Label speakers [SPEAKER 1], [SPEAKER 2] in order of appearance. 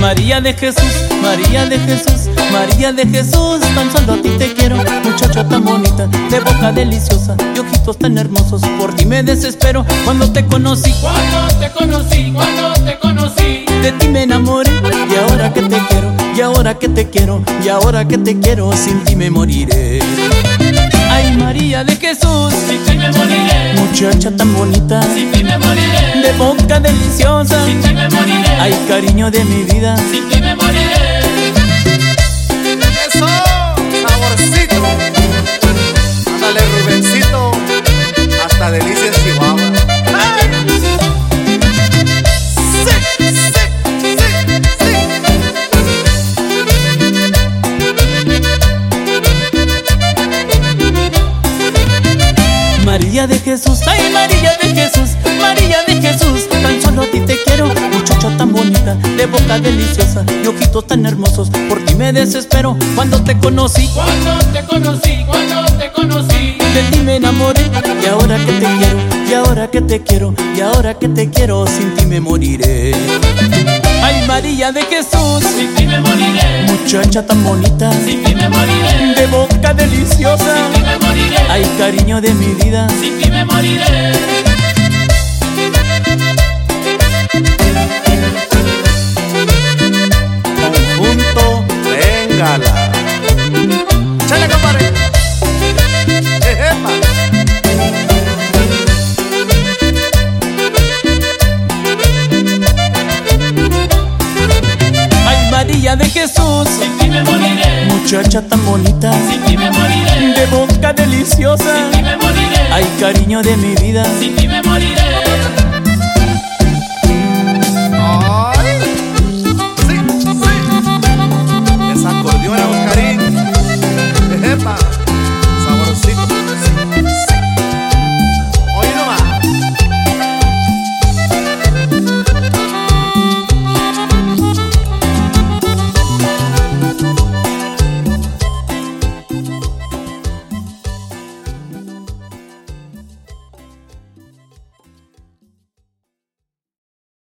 [SPEAKER 1] María de Jesús, María de Jesús, María de Jesús, tan solo a ti te quiero, muchacha tan bonita, de boca deliciosa, de ojitos tan hermosos, por ti me desespero cuando te conocí,
[SPEAKER 2] Cuando te conocí, cuando te conocí,
[SPEAKER 1] de ti me enamoré y ahora que te quiero, y ahora que te quiero, y ahora que te quiero, sin ti me moriré. Ay María de Jesús,
[SPEAKER 2] sin ti me moriré,
[SPEAKER 1] muchacha tan bonita,
[SPEAKER 2] sin ti me moriré,
[SPEAKER 1] de boca deliciosa,
[SPEAKER 2] sin ti me moriré,
[SPEAKER 1] ay cariño de mi vida.
[SPEAKER 2] sin ti me moriré.
[SPEAKER 3] Eso, saborcito. Ándale, Rubencito. Hasta delicias Chihuahua. ¡Ay! Sí, sí, sí,
[SPEAKER 1] María de Jesús, ay María de Jesús, María de Jesús, tan solo a ti te quiero, muchacha tan bonita, de boca deliciosa y ojitos tan hermosos, por ti me desespero cuando te conocí,
[SPEAKER 2] Cuando te conocí, cuando te conocí,
[SPEAKER 1] de ti me enamoré y ahora que te quiero, y ahora que te quiero, y ahora que te quiero, sin ti me moriré. Ay María de Jesús,
[SPEAKER 2] sin ti me moriré,
[SPEAKER 1] muchacha tan bonita,
[SPEAKER 2] sin ti me moriré,
[SPEAKER 1] de boca deliciosa,
[SPEAKER 2] sin ti me moriré,
[SPEAKER 1] ay cariño de mi vida.
[SPEAKER 2] sin ti me moriré.
[SPEAKER 3] Conjunto, véngala. Chale, compadre. Eh, Ejepa.
[SPEAKER 1] Ay María de Jesús,
[SPEAKER 2] Sin ti me moriré,
[SPEAKER 1] muchacha tan bonita.
[SPEAKER 2] sin ti me moriré,
[SPEAKER 1] de boca deliciosa.
[SPEAKER 2] sin ti me moriré,
[SPEAKER 1] Ay, cariño de mi vida.
[SPEAKER 2] sin ti me moriré.
[SPEAKER 3] Eh,